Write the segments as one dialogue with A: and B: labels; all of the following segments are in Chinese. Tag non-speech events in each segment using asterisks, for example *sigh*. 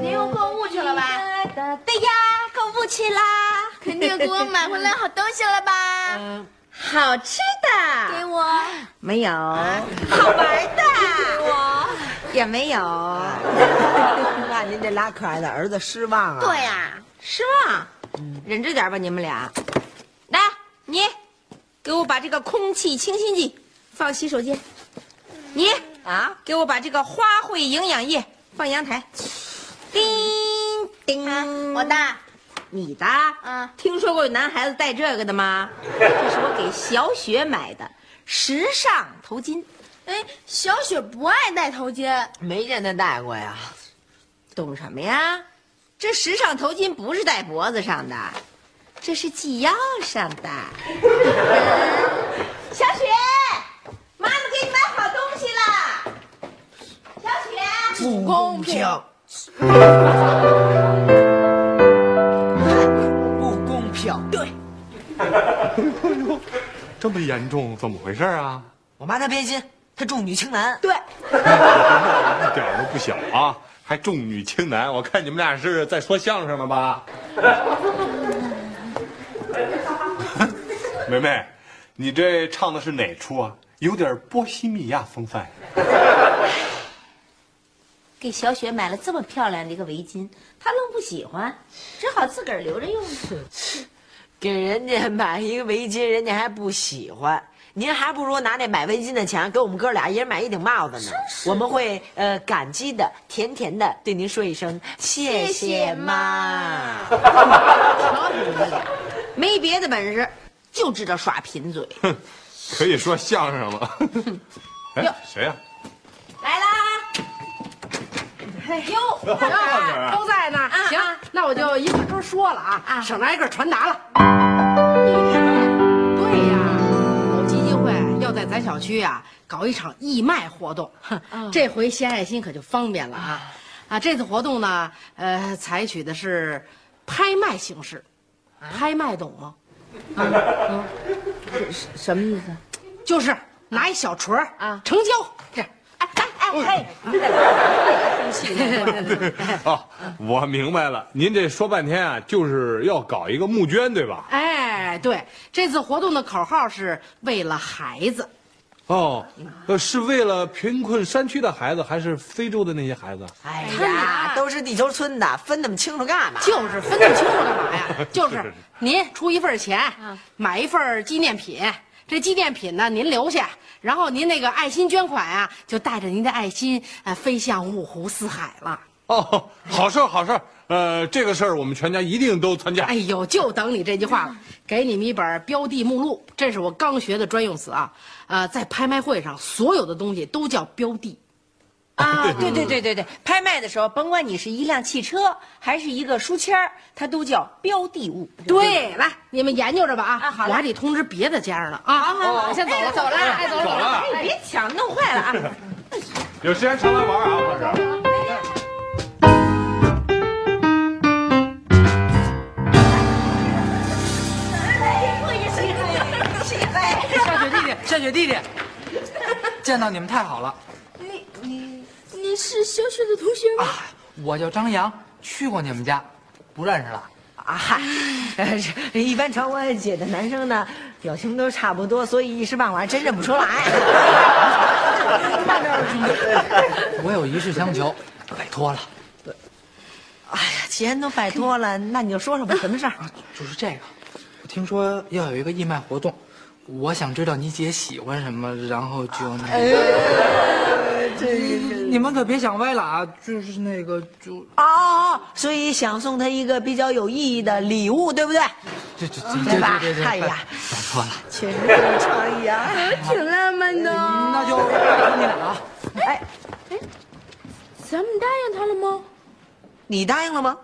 A: 你又购物去了吧？
B: 对呀，购物去啦，
A: 肯定给我买回来好东西了吧？
B: 好吃
A: 给
B: 的，
A: 我
B: 没有，
A: 好玩的，给我。
B: *laughs* 也没有，
C: 那您这俩可爱的儿子失望啊！
A: 对呀、
B: 失望，忍着点吧，你们俩。来，你给我把这个空气清新剂放洗手间，你啊，给我把这个花卉营养液放阳台。叮叮，
A: 啊，我的，
B: 你的
A: 嗯
B: 听说过有男孩子戴这个的吗？这是我给小雪买的时尚头巾。
A: 哎，小雪不爱戴头巾，
C: 没见他戴过呀。
B: 懂什么呀？这时尚头巾不是戴脖子上的，这是系腰上的。 *laughs* 小雪，妈妈给你买好东西了。小雪，
C: 不公平！不公平！对
D: 这么严重，怎么回事啊？
C: 我妈她偏心，她重女轻男。
B: 对，
D: 一点儿都不小啊，还重女轻男。我看你们俩是在说相声呢吧？ *laughs* 梅梅，你这唱的是哪出啊？有点波西米亚风范。
B: 给小雪买了这么漂亮的一个围巾，她愣不喜欢，只好自个儿留着用。
E: 给人家买一个围巾，人家还不喜欢。您还不如拿那买围巾的钱给我们哥俩一人买一顶帽子呢。我们会呃感激的、甜甜的对您说一声谢谢妈。
B: 瞧你们俩，没别的本事，就知道耍贫嘴。
D: 可以说相声
B: *laughs*
D: 了。哎，谁呀、
B: 来啦！哟，
D: *laughs*
F: 哎
D: 啊
F: *laughs* 都在呢。行，那我就一块儿都说了啊，省着挨个儿传达了。对呀，某基金会要在咱小区啊搞一场义卖活动，哼，这回献爱心可就方便了嗯啊！啊，这次活动呢，呃，采取的是拍卖形式，拍卖懂吗？啊嗯
B: 什么意思？
F: 就是拿一小锤儿啊，成交这样。嗯
B: 哎哎哎！
D: *laughs* 哦，我明白了，您这说半天啊，就是要搞一个募捐对吧？
F: 哎，对，这次活动的口号是为了孩 *laughs* 子。
D: 哦，呃，是为了贫困山区的孩子，还是非洲的那些孩子？啊
E: 哎呀，都是地球村的，分那么清楚干嘛？
F: 就是分得清楚干嘛 *laughs* 呀？就是
D: 是
F: 是嗯您出一份钱，买一份纪念品，这纪念品呢您留下，然后您那个爱心捐款啊，就带着您的爱心呃飞向五湖四海 *laughs* 了。
D: 哦，好事儿好事儿，呃，这个事儿我们全家一定都参加。
F: 哎呦，就等你这句话了。 *laughs* 给你们一本标的目录，这是我刚学的专用词啊。呃，在拍卖会上，所有的东西都叫标的。
B: 啊，对对对对对，拍卖的时候，甭管你是一辆汽车还是一个书签儿，它都叫标的物。
F: 对，来，你们研究着吧啊！
B: 啊好嘞
F: 我还得通知别的家呢啊！好好好，先走了，走了，哎，走了，
D: 走了
B: 哎，别抢，弄坏了
F: *laughs*
B: 啊！
D: 有时间常来玩啊，我是。
E: 下雪弟弟，下雪弟弟，
G: 见到你们太好了
A: 你是小雪的同学吗？
G: 啊！我叫张扬，去过你们家，不认识了。
E: 啊嗨，呃 *laughs* 是一般传我姐的男生呢，表情都差不多，所以一时半会儿还真认不出 *laughs* 来。
G: 我有一事相求，拜托了，
E: 哎呀，既然都拜托了，那你就说说吧，什么事儿？
G: 就是这个。我听说要有一个义卖活动，我想知道你姐喜欢什么，然后就那 *laughs* 个。你你们可别想歪了啊！就是那个，就
E: *laughs* 哦哦，哦，所以想送他一个比较有意义的礼物，对不对？
G: 这这这
E: 对吧
G: 这这这，
E: 哎呀
G: 想错了，
E: 确实有创意啊！
A: 挺浪漫的哦。
G: 嗯那就拜托你俩啊！
A: 咱们答应他了吗？
E: *laughs* 你答应了吗？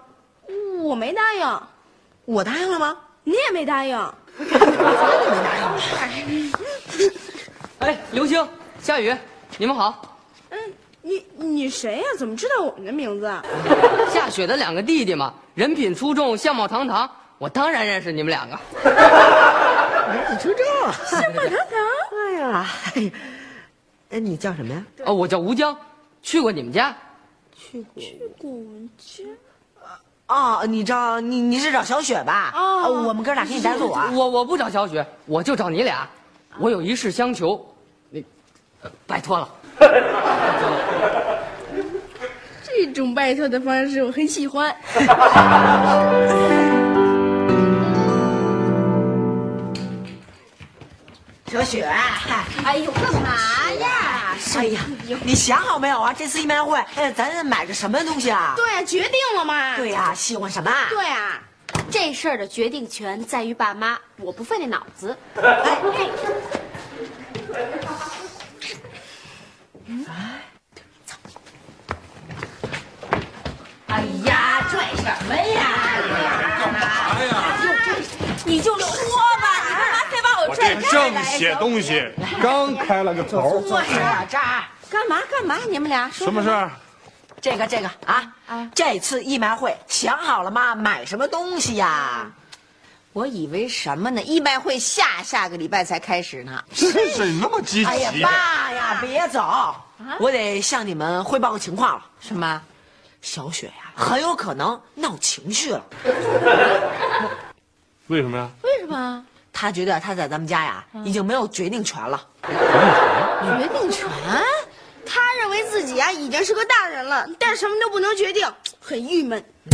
A: 我没答应，
E: 我答应了吗？
A: 你也没答应。
F: 哎，刘星，夏雨，你们好。
A: 嗯，你你谁呀、怎么知道我们的名字啊？
H: 下雪的两个弟弟嘛，人品出众，相貌堂堂，我当然认识你们两个。
C: 你出这，
E: *laughs* 哎呀，哎，哎你叫什么呀？
H: 哦，我叫吴江，去过你们家。
A: 古君，
E: 哦，你找你你是找小雪吧？哦，我们哥俩给你带路啊。
H: 我我不找小雪，我就找你俩，我有一事相求，你，呃拜托了。
A: 这种拜托的方式我很喜欢。
E: 小雪，哎呦，干嘛呀？ *laughs* 哎呀，你想好没有啊？这次义卖会，哎，咱买个什么东西啊？
A: 对呀、决定了嘛。
E: 对呀、喜欢什么啊？
A: 对啊，这事儿的决定权在于爸妈，我不费那脑子。
D: 哎
B: 你就说吧，你干嘛非把
D: 我
B: 我拽
D: 这
B: 这儿
D: 正
B: 来
D: 写东西，刚开了个头，
B: 啊干嘛干嘛？你们俩说
D: 什么事儿？
E: 这个这个啊啊！这次义卖会想好了吗？买什么东西呀、
B: 我以为什么呢？义卖会下下个礼拜才开始呢。
D: 这是那么积
E: 哎呀，
D: 极？
E: 爸呀，别走，我得向你们汇报个情况了。
B: 啊什么？
E: 小雪呀、很有可能闹情绪了。
D: 为什么呀？
A: 为什么？
E: 她觉得她在咱们家呀，
B: 嗯
E: 已经没有决定权了。
A: 决定权？他认为自己啊已经是个大
B: 哎
A: 人了，但是什么都不能决定，很郁闷。
B: *laughs*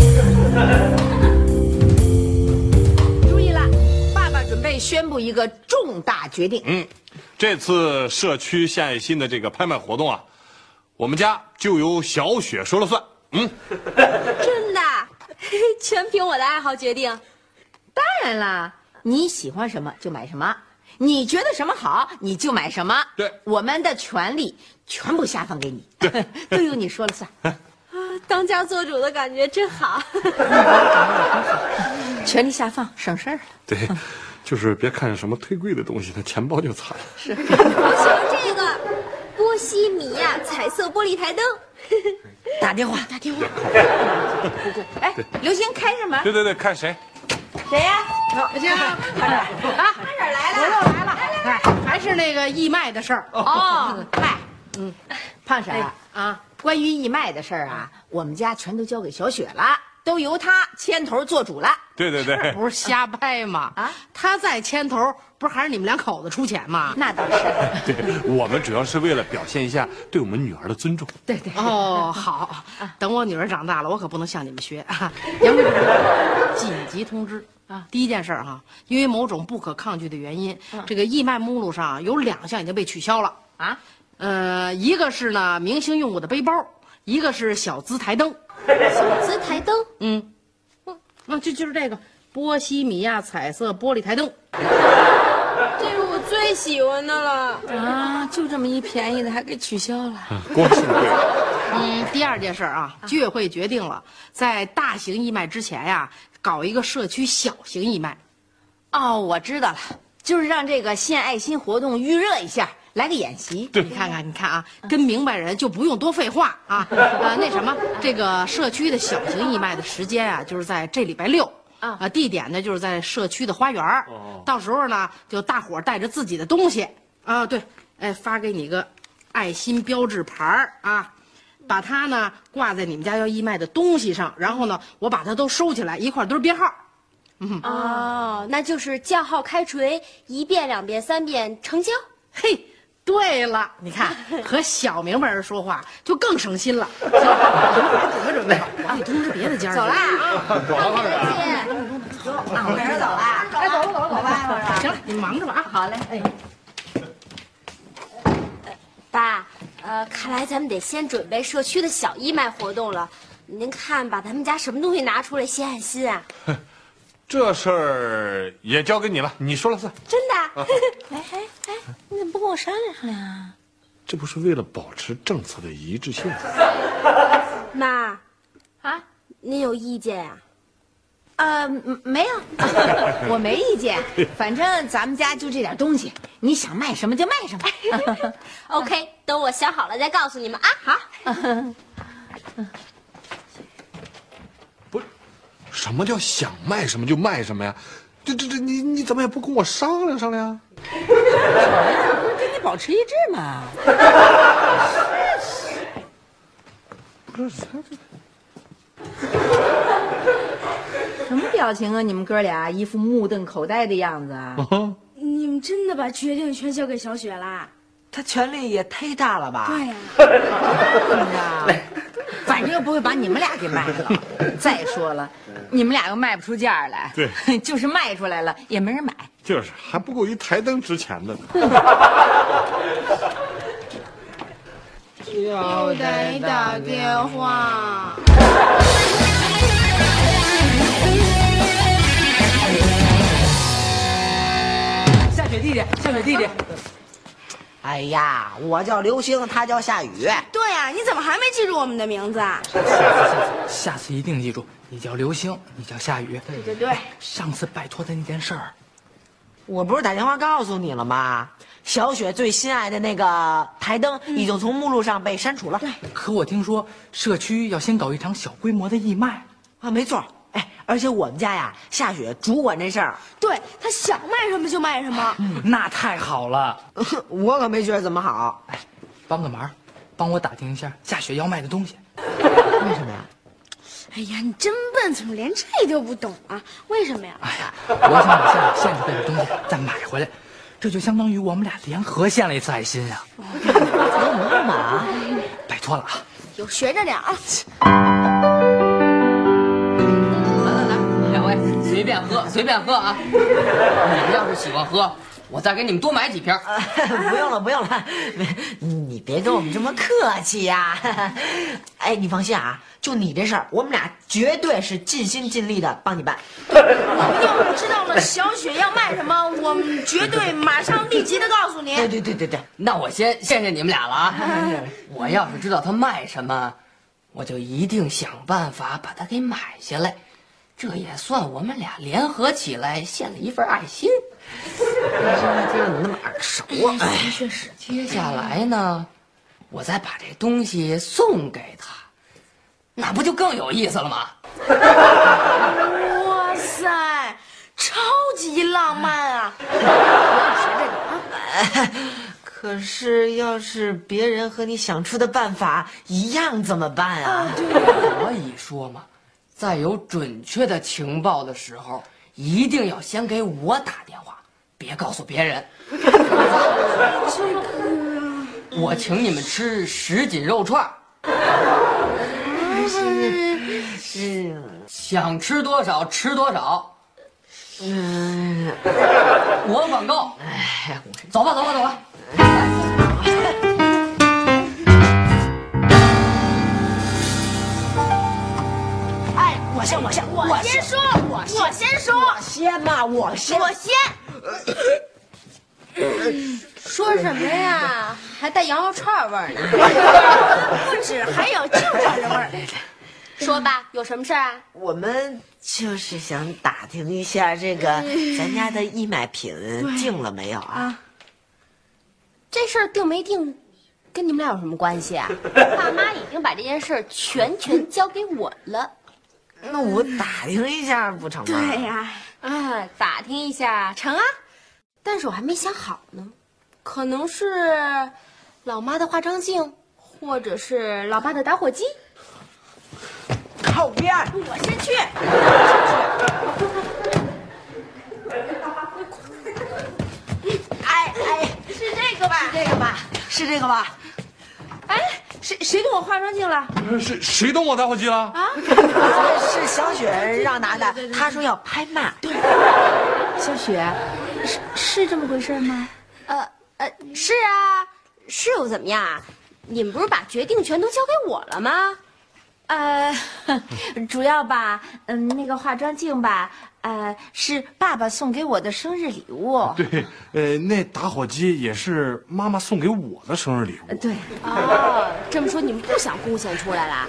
B: 注意了，爸爸准备宣布一个重大决定。
D: 嗯，这次社区夏爱心的这个拍卖活动啊，我们家就由小雪说了算。嗯，
B: 真的，全凭我的爱好决定。当然啦，你喜欢什么就买什么，你觉得什么好你就买什么。
D: 对
B: 我们的权利全部下放给你， *laughs* 都由你说了算。
A: 当家做主的感觉真好。
B: 权力下放，省事儿了。
D: 对，就是别看什么忒贵的东西，他钱包就惨。
A: 瞧这个，波西米亚彩色玻璃台灯，
E: 打电话，
B: 哎，刘星开上门，
D: 对对对，看谁？
B: 谁呀、
F: 还是那个义卖的事儿
B: 哦，麦
F: 胖婶儿
B: 啊，关于义卖的事儿啊，我们家全都交给小雪了，都由她牵头做主了。
D: *laughs* 对对
F: *laughs*
D: 对，
F: 不是瞎掰吗？
B: 啊
F: 啊，他在牵头，不是还是你们两口子出钱吗？
B: 那倒是，
D: 对我们主要是为了表现一下对我们女儿的尊重。
B: 对对。
F: 哦，好，等我女儿长大了，我可不能向你们学 *laughs* 啊！杨志平，紧急通知啊！第一件事儿哈、因为某种不可抗拒的原因，这个义卖目录上有两项已经被取消了
B: 啊。
F: 呃，一个是呢明星用过的背包，一个是小资台灯。
A: 紫台灯，
F: 嗯，嗯，就就是这个波西米亚彩色玻璃台灯。
A: 这是我最喜欢的了。
B: 啊，就这么一便宜的还给取消了。
D: 光是对，
F: 嗯，第二件事儿啊，居委会决定了，在大型义卖之前呀、搞一个社区小型义卖。
B: 哦，我知道了，就是让这个献爱心活动预热一下，来个演习。
F: 你看看，你看啊，跟明白人就不用多废话啊。呃，那什么，这个社区的小型义卖的时间啊，就是在这礼拜六。啊、地点呢就是在社区的花园儿到时候呢，就大伙儿带着自己的东西啊，对，哎，发给你个爱心标志牌儿啊，把它呢挂在你们家要义卖的东西上，然后呢，我把它都收起来一块儿堆儿编号。
A: 哦，那就是叫号开锤，一遍、两遍、三遍成交。
F: 嘿，对了，
I: *laughs*
F: 你看和小明白人说话就更省心了。行准备准备，我得通知别的家走啦，
D: 啊
E: 我跟人走
B: 啊
E: 了。
F: 行了，你们忙着吧啊。好嘞，哎，
A: 爸，呃，看来咱们得先准备社区的小义卖活动了。您看，把咱们家什么东西拿出来献爱心啊？
D: 这事儿也交给你了，你说了算。
A: 真 *laughs* 的？哎
B: 你怎么不跟我商量商量？
D: 这不是为了保持政策的一致性吗？
A: 妈，
B: 啊，
A: 您有意见啊呀、
B: 呃，嗯没有， *laughs* 我没意见，
E: 哎
B: 反正咱们家就这点东西，你想卖什么就卖什么。
A: *laughs* OK，等我想好了再告诉你们啊。好，
D: 什么叫想卖什么就卖什么呀？这这这，你你怎么也不跟我商量商量啊？
E: 跟你保持一致嘛。
D: 不是，
J: 什么表情啊？你们哥俩一副目瞪口呆的样子
E: *laughs*
J: 啊！
I: 你们真的把决定权交给小雪啦？
E: 他权力也忒大了吧？
I: 对呀、
B: 啊反正又不会把你们俩给卖了。再说了，你们俩又卖不出价来，
D: 对，
B: *laughs* 就是卖出来了也没人买。
D: 就是还不够一台灯值钱的呢。
I: 又得打电话。
G: 下雪弟弟，下雪弟弟，
E: 哎呀，我叫刘星，他叫夏雨。
I: 对呀、你怎么还没记住我们的名字啊？
G: 下次一定记住，你叫刘星，你叫夏雨。对对
I: 对，
G: 上次拜托的那件事儿，
E: 我不是打电话告诉你了吗？小雪最心爱的那个台灯已经从目录上被删除了。嗯对
G: 可我听说社区要先搞一场小规模的义卖，
E: 啊，没错。哎，而且我们家呀，夏雪主管这事儿，
I: 对他想卖什么就卖什么。
G: 那太好了。哎
E: 我可没觉得怎么 *laughs* 好。
G: 帮个忙，帮我打听一下下雪要卖的东西。
E: 为什么呀？
I: 哎呀，你真笨，怎么连这都不懂啊？为什么呀？
G: 哎呀，我想把下雪献出去的东西再买回来，这就相当于我们俩联合献了一次爱心呀、
E: 哦干嘛？
G: *laughs* 拜托了啊！
I: 有学着点 *laughs* 啊！
F: 来来来，两位随便喝，随便喝啊！你们要是喜欢喝，我再给你们多买几瓶。
E: 不用了，不用了，你别跟我们这么客气呀、哎，你放心啊，就你这事儿，我们俩绝对是尽心尽力的帮你办。
I: 要是知道了小雪要卖什么，我们绝对马上立即的告诉
E: 对
I: 你。
E: 对对对对，
F: 那我先谢谢你们俩
E: *laughs*
F: 了啊！我要是知道他卖什么，我就一定想办法把它给买下来，这也算我们俩联合起来献了一份爱
E: *laughs*
F: 心。
E: 听着你那么耳熟啊，哎，确实。
F: 接下来呢，我再把这东西送给他，那不就更有意思了吗？
I: 哇塞，超级浪漫啊！
E: 可是，要是别人和你想出的办法一样怎么办啊？
F: 所以说嘛，在有准确的情报的时候，一定要先给我打电话，别告诉别人。我请你们吃什锦肉串儿，
E: 是，
F: 想吃多少吃多少。我管够。走吧，走吧，走吧。
E: 哎，我先，我先，我
I: 先说，我先说，
E: 先嘛，我先。
I: 我先。
A: *coughs* 说什么呀？还带羊肉串味儿呢？ *laughs*
I: 不止，还有就这味儿。
A: 说吧，有什么事儿啊？
E: 我们就是想打听一下这个
I: 哎
E: 咱家的义卖品定了没有啊？
A: 这事儿定没定，跟你们俩有什么关系啊？ *laughs* 爸妈已经把这件事儿全权交给我了。
E: 那我打听一下不成吗？
I: 对呀、
A: 啊，打听一下成啊，但是我还没想好呢，可能是老妈的化妆镜，或者是老爸的打火机。
E: 靠边儿！
I: 我先去。
E: 哎哎，
I: 是这个吧？
E: 这个吧，是这个吧？
I: 哎，谁谁给我化妆镜了？
D: 谁谁动我打火机了？
E: 是小雪让拿的，她说要拍卖。对，
I: 小雪，是是这么回事吗？
A: 呃呃，是啊，是又怎么样啊？你们不是把决定权都交给我了吗？ *laughs*
K: 呃，主要吧，嗯，那个化妆镜吧，呃，是爸爸送给我的生日礼物。
L: 啊
D: 对，呃，那打火机也是妈妈送给我的生日礼物。
K: 对，
L: *laughs*
A: 哦，这么说你们不想贡献出来啦？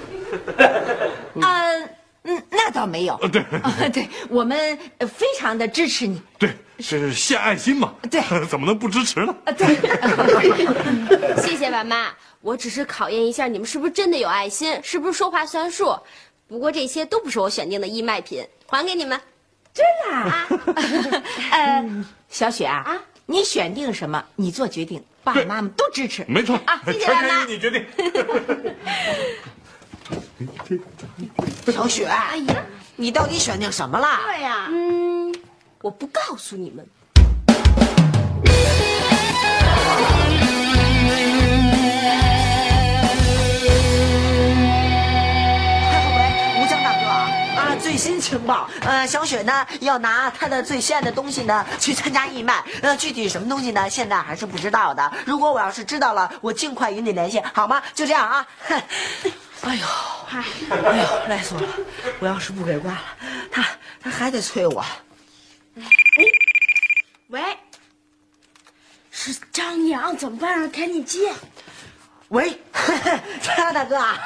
K: 嗯嗯，那
L: 那倒没有。
D: 对
L: 啊
A: *laughs*
L: 对，我们呃非常的支持你。
D: 对，是献爱心嘛？
L: 对，
D: *laughs* 怎么能不支持呢？
A: 啊 *laughs* 谢谢爸妈，我只是考验一下你们是不是真的有爱心，是不是说话算数。不过这些都不是我选定的义卖品，还给你们。
L: 真的啊？呃，小雪啊，你选定什么，你做决定，爸爸妈妈都支持。
D: 没错 *laughs*
L: 啊，谢谢
D: 全
L: 爸
D: 权
L: 妈
D: 由。你决定。
E: 小雪，哎呀，你到底选定什么了？
I: 对呀、
A: 嗯，我不告诉你们。
E: 喂，吴江大哥啊，啊，最新情报，呃，小雪呢要拿她的最心爱的东西呢去参加义卖，呃，具体什么东西呢，现在还是不知道的。如果我要是知道了，我尽快与你联系，好吗？就这样啊。 *laughs* 哼哎呦，哎呦，累死我了！我要是不给挂了，他他还得催我。
I: 喂，是张扬，怎么办啊？赶紧接。
E: 喂， *laughs* 张扬大哥啊，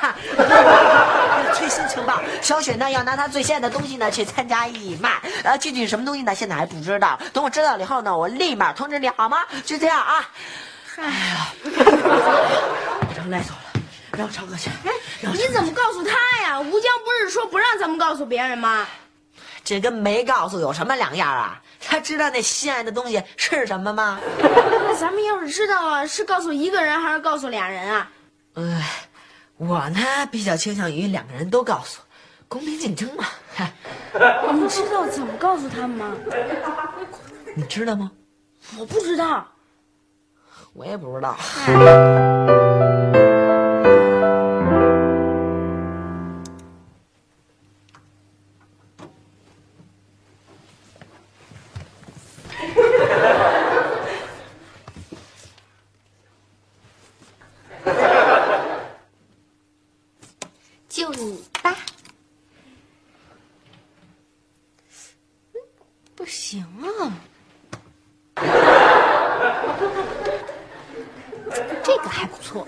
E: 最新情报，小雪呢要拿她最心爱的东西呢去参加义卖，呃，具体是什么东西呢，现在还不知道。等我知道了以后呢，我立马通知你好吗？就这样啊。哎呀，成累死我了，让我唱歌去。
I: 你怎么告诉他呀？吴江不是说不让咱们告诉别人吗？
E: 这跟没告诉有什么两样啊？他知道那心爱的东西是什么吗？
I: 那咱们要是知道了，是告诉一个人还是告诉俩人啊？
E: 呃，我呢比较倾向于两个人都告诉，公平竞争嘛。嗨
I: 你知道怎么告诉他们吗？
E: 你知道吗？
I: 我不知道。
E: 我也不知道。
A: 就你吧。嗯嗯不行啊，这个还不错，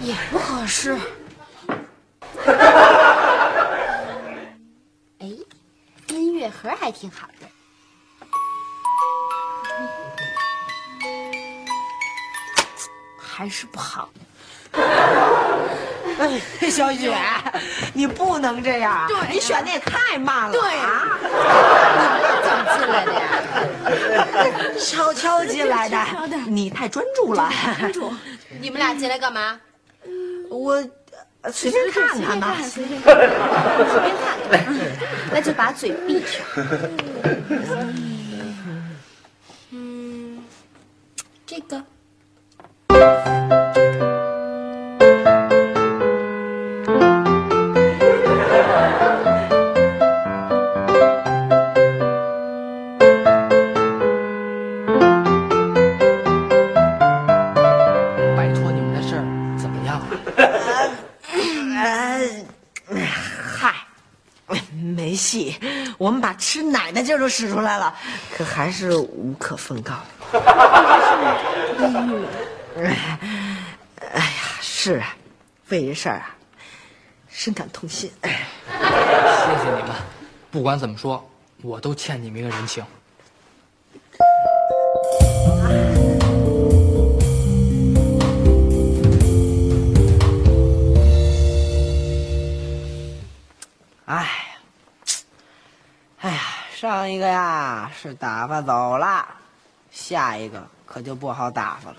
A: 也不合适。哎，音乐盒还挺好的。还是不好。
E: 哎，小雪， *laughs* 你不能这样，
I: 对呀
E: 你选的也太慢了，
I: 对
E: 啊，
I: 怎么进来的呀？
E: 悄悄进来的，你太专注了，
A: 你们俩进来干嘛？
E: 我呃随便看看吧，
A: 随便看，随便看，那就把嘴闭上。嗯，这个，
H: 拜托你们的事儿怎么样了？
E: 呃，嗨， *laughs* 没戏，我们把吃奶的劲儿都使出来了，可还是无可奉告。 *laughs* 哎呀，是啊，为这事儿啊，深感痛心。哎
G: 谢谢你们，不管怎么说，我都欠你们一个人情。
E: 哎呀，哎呀，上一个呀是打发走了，下一个可就不好打发了。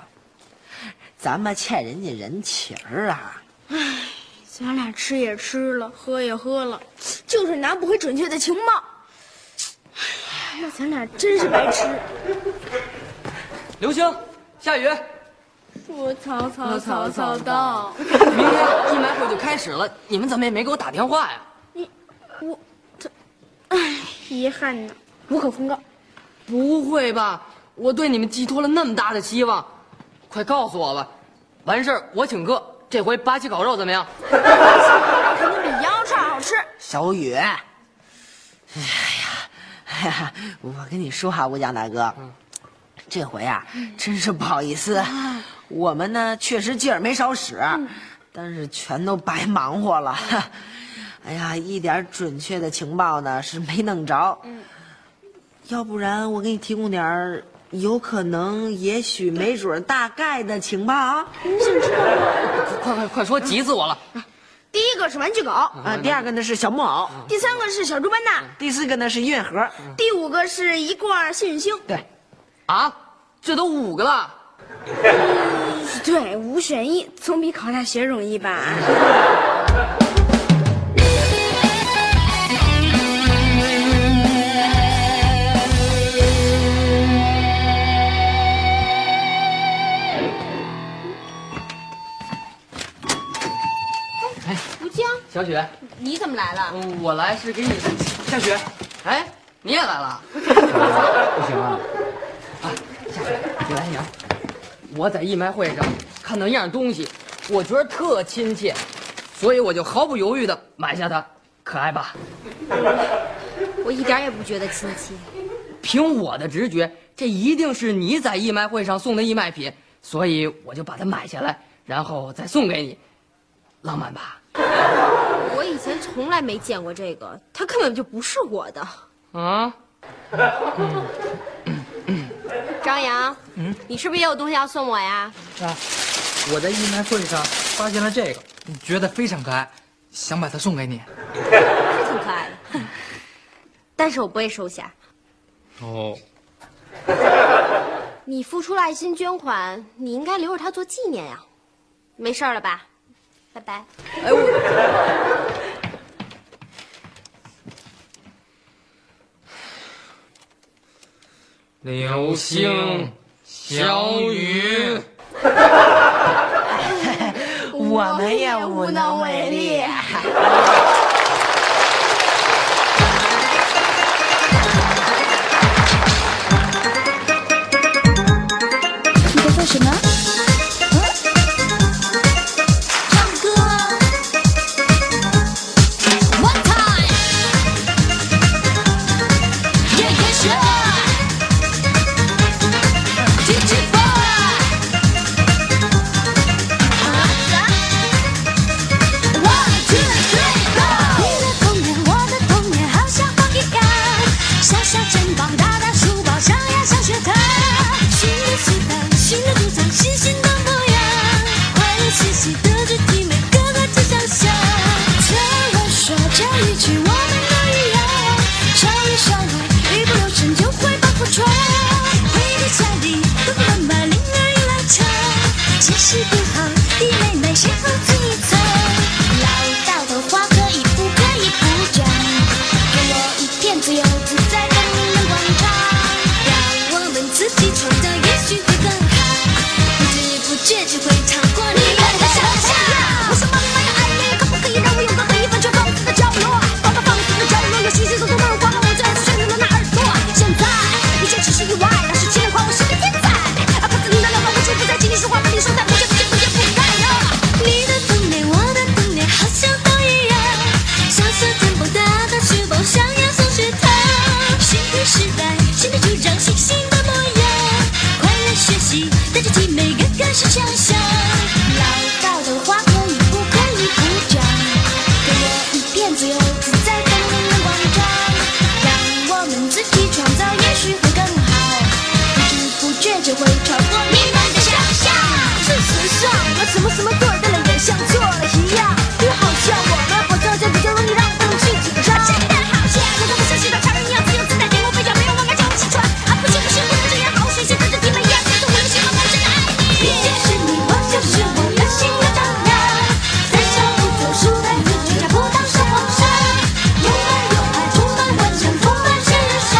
E: 咱们欠人家人情儿啊，
I: 咱俩吃也吃了，喝也喝了，就是拿不回准确的情报。哎那咱俩真是白痴。
H: 流星，下雨，
I: 说曹操，
H: 我曹
I: 曹
H: 操
I: 操到。
H: 明天义卖会就开始了，你们怎么也没给我打电话呀？
I: 我，这，唉，遗憾呐，无可奉告。
H: 不会吧？我对你们寄托了那么大的希望，快告诉我吧。完事儿我请客，这回八旗烤肉怎么样？
I: 肯定比羊肉串好吃。
E: 小雨。哎呀，哎呀，我跟你说哈、吴江大哥，嗯啊这回啊，真是不好意思，我们呢确实劲儿没少使，但是全都白忙活了。哎呀，一点准确的情报呢是没弄着。
I: 嗯，
E: 要不然我给你提供点儿有可能、也许、没准儿、大概的情报啊。
F: 快快快说，急死我了！
I: 第一个是玩具狗
F: 嗯
E: 啊，第二个呢是小木偶，
I: 第三个是小猪班纳，
E: 第四个呢是音乐盒，
I: 第五个是一罐幸运星。
F: 嗯对，啊，这都五个了。
I: 嗯对，五选一，总比考大学容易吧？
A: 吴江，
F: 小雪，
A: 你怎么来了？
F: 呃我来是给你。夏雪，哎，你也来了？不行啊！啊，夏雪，你来你来。我在义卖会上看到一样东西，我觉得特亲切，所以我就毫不犹豫的买下它。可爱吧？
A: 我一点也不觉得亲切。
F: 凭我的直觉，这一定是你在义卖会上送的义卖品，所以我就把它买下来，然后再送给你，浪漫吧？
A: 我以前从来没见过这个，它根本就不是我的。
F: 啊？
A: 张扬，
G: 嗯
A: 你是不是也有东西要送我呀？
G: 啊，我在义卖会上发现了这个，觉得非常可爱，想把它送给你。
A: 是挺可爱的， *laughs* 但是我不会收下。
M: 哦，
A: 你付出了爱心捐款，你应该留着它做纪念呀。没事儿了吧？拜拜。
F: 哎我，流星，小雨。
E: 我们也无能为力。
N: 你在做什么？
B: 唱歌。One time。Yeah yeah sure。DJ boy。One two three go。你的童年，我的童年，好像风一样，小小肩膀，大大书包，上呀上学堂。新的时代，新的主场，新新的模样，快乐嘻嘻，德智体美，个个志向想。听我说这一句，我们都一样，少一少来，一不留神就会把破窗。回到家里，爸爸妈妈铃儿一来敲，其实不好，弟妹妹谁好自己猜。老道的话可以不可以不讲？给我一片自由自在的人广场，让我们自己创造，也许会更好。不知不觉就会超过你的想象。我想妈妈的爱你，可不可以让我勇敢回忆完全放肆的角落？放到放肆的角落，有星星从头让我刮到我最爱的旋律的那耳朵。现在一切只是意外，那是机灵花，我是个天才。啊，不自你的浪漫无处不在，请你说话把你说在不见不见不见不该哟。你的童年，我的童年，好像都一样。小小肩膀，大大书包，上呀上学堂。新的时代，新的主张，新新的模样。快乐学习，带着体美，个个是强项。老道的话可以不可以不讲？给我一片自由自在的阳光照，让我们自己创造，也许会更好。不知不觉就会超过你们的想象。事实上，我什么什么做到了，也像做了一样。就好像我们活着就比较容易让我们去紧张。真的好像我都不像寻找常人一样自由自在，别无非要没有我们叫我起床。啊，不行不行，不能这样，好水性跟着你们一样，都为了喜欢我真的爱你。你就是你，我就是我，流星的张扬，在小宇宙树在自己家不当生活上，有爱有爱，充满幻想，充满时尚，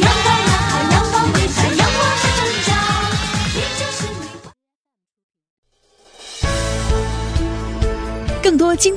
B: 阳光男孩，阳光女孩，阳光下成长，你就是你。
N: 更多精